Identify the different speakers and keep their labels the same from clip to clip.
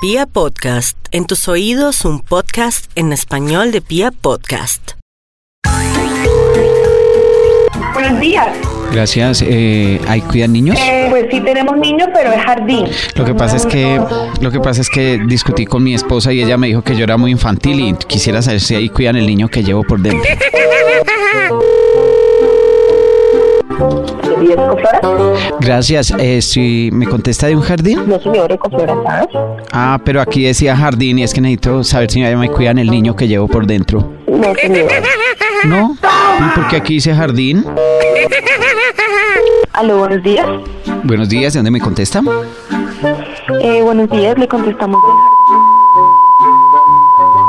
Speaker 1: Pia Podcast, en tus oídos un podcast en español de Pia Podcast.
Speaker 2: Buenos días.
Speaker 3: Gracias. Eh, ¿Ahí cuidan niños?
Speaker 2: Eh, pues sí tenemos niños, pero es jardín.
Speaker 3: Lo que pasa es que lo que pasa es que discutí con mi esposa y ella me dijo que yo era muy infantil y quisiera saber si ahí cuidan el niño que llevo por dentro.
Speaker 2: ¿Y es Coflora?
Speaker 3: Gracias. Eh, si me contesta de un jardín.
Speaker 2: No, señor, es Coflora, ¿sabes?
Speaker 3: Ah, pero aquí decía jardín y es que necesito saber si ahí me cuidan el niño que llevo por dentro.
Speaker 2: No, señor.
Speaker 3: No, ¿y por qué aquí dice jardín?
Speaker 2: Aló, buenos días.
Speaker 3: Buenos días, ¿de dónde me contestan?
Speaker 2: Eh, buenos días, le contestamos.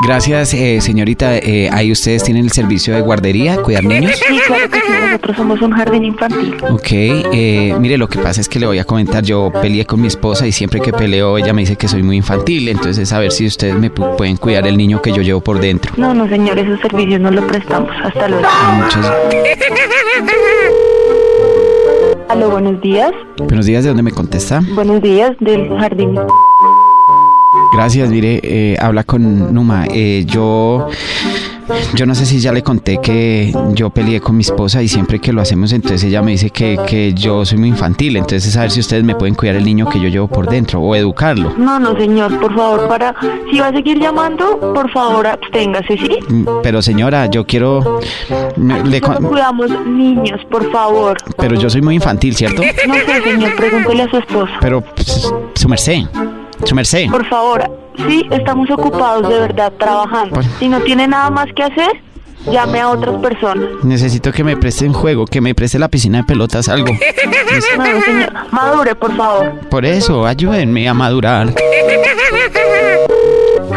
Speaker 3: Gracias, eh, señorita. Eh, ahí ustedes tienen el servicio de guardería, cuidar niños.
Speaker 2: Sí, claro que sí, nosotros somos un jardín infantil.
Speaker 3: Ok, eh, mire, lo que pasa es que le voy a comentar, yo peleé con mi esposa y siempre que peleo ella me dice que soy muy infantil, entonces a ver si ustedes me pu- pueden cuidar el niño que yo llevo por dentro.
Speaker 2: No, no, señor, esos servicios no los prestamos. Hasta luego.
Speaker 3: Muchas
Speaker 2: Aló, buenos días.
Speaker 3: buenos días, ¿de dónde me contesta?
Speaker 2: Buenos días del jardín.
Speaker 3: Gracias, mire, eh, habla con Numa. Eh, yo, yo no sé si ya le conté que yo peleé con mi esposa y siempre que lo hacemos, entonces ella me dice que, que yo soy muy infantil, entonces a ver si ustedes me pueden cuidar el niño que yo llevo por dentro o educarlo.
Speaker 2: No, no, señor, por favor, para... Si va a seguir llamando, por favor, absténgase, ¿sí?
Speaker 3: Mm, Pero señora, yo quiero... me- le
Speaker 2: Solo
Speaker 3: con-
Speaker 2: cuidamos niños, por favor.
Speaker 3: pero yo soy muy infantil, ¿cierto?
Speaker 2: No sé, señor, pregúntele a su esposa.
Speaker 3: Pero pues, su merced, su merced.
Speaker 2: Por favor, sí, estamos ocupados de verdad trabajando.
Speaker 3: Pues-
Speaker 2: Si no tiene nada más que hacer, llame a otras personas.
Speaker 3: Necesito que me preste un juego, que me preste la piscina de pelotas, algo.
Speaker 2: No, no, señor, madure, por favor.
Speaker 3: Por eso, ayúdenme a madurar.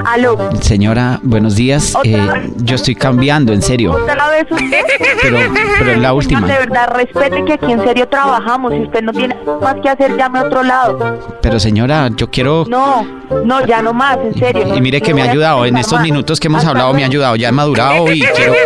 Speaker 2: Aló,
Speaker 3: Señora, buenos días.
Speaker 2: Otra
Speaker 3: Eh,
Speaker 2: vez.
Speaker 3: yo estoy cambiando, en serio.
Speaker 2: ¿otra vez usted?
Speaker 3: Pero, pero es la última.
Speaker 2: De verdad, respete que aquí en serio trabajamos. Si usted no tiene nada más que hacer, llame a otro lado.
Speaker 3: Pero señora, yo quiero...
Speaker 2: No, no, ya no más, en serio.
Speaker 3: Y mire que
Speaker 2: No
Speaker 3: me ha
Speaker 2: voy a
Speaker 3: ayudado. En
Speaker 2: pensar
Speaker 3: estos
Speaker 2: más.
Speaker 3: minutos que hemos
Speaker 2: Hasta
Speaker 3: hablado me ha
Speaker 2: luego.
Speaker 3: ayudado. Ya he madurado y quiero...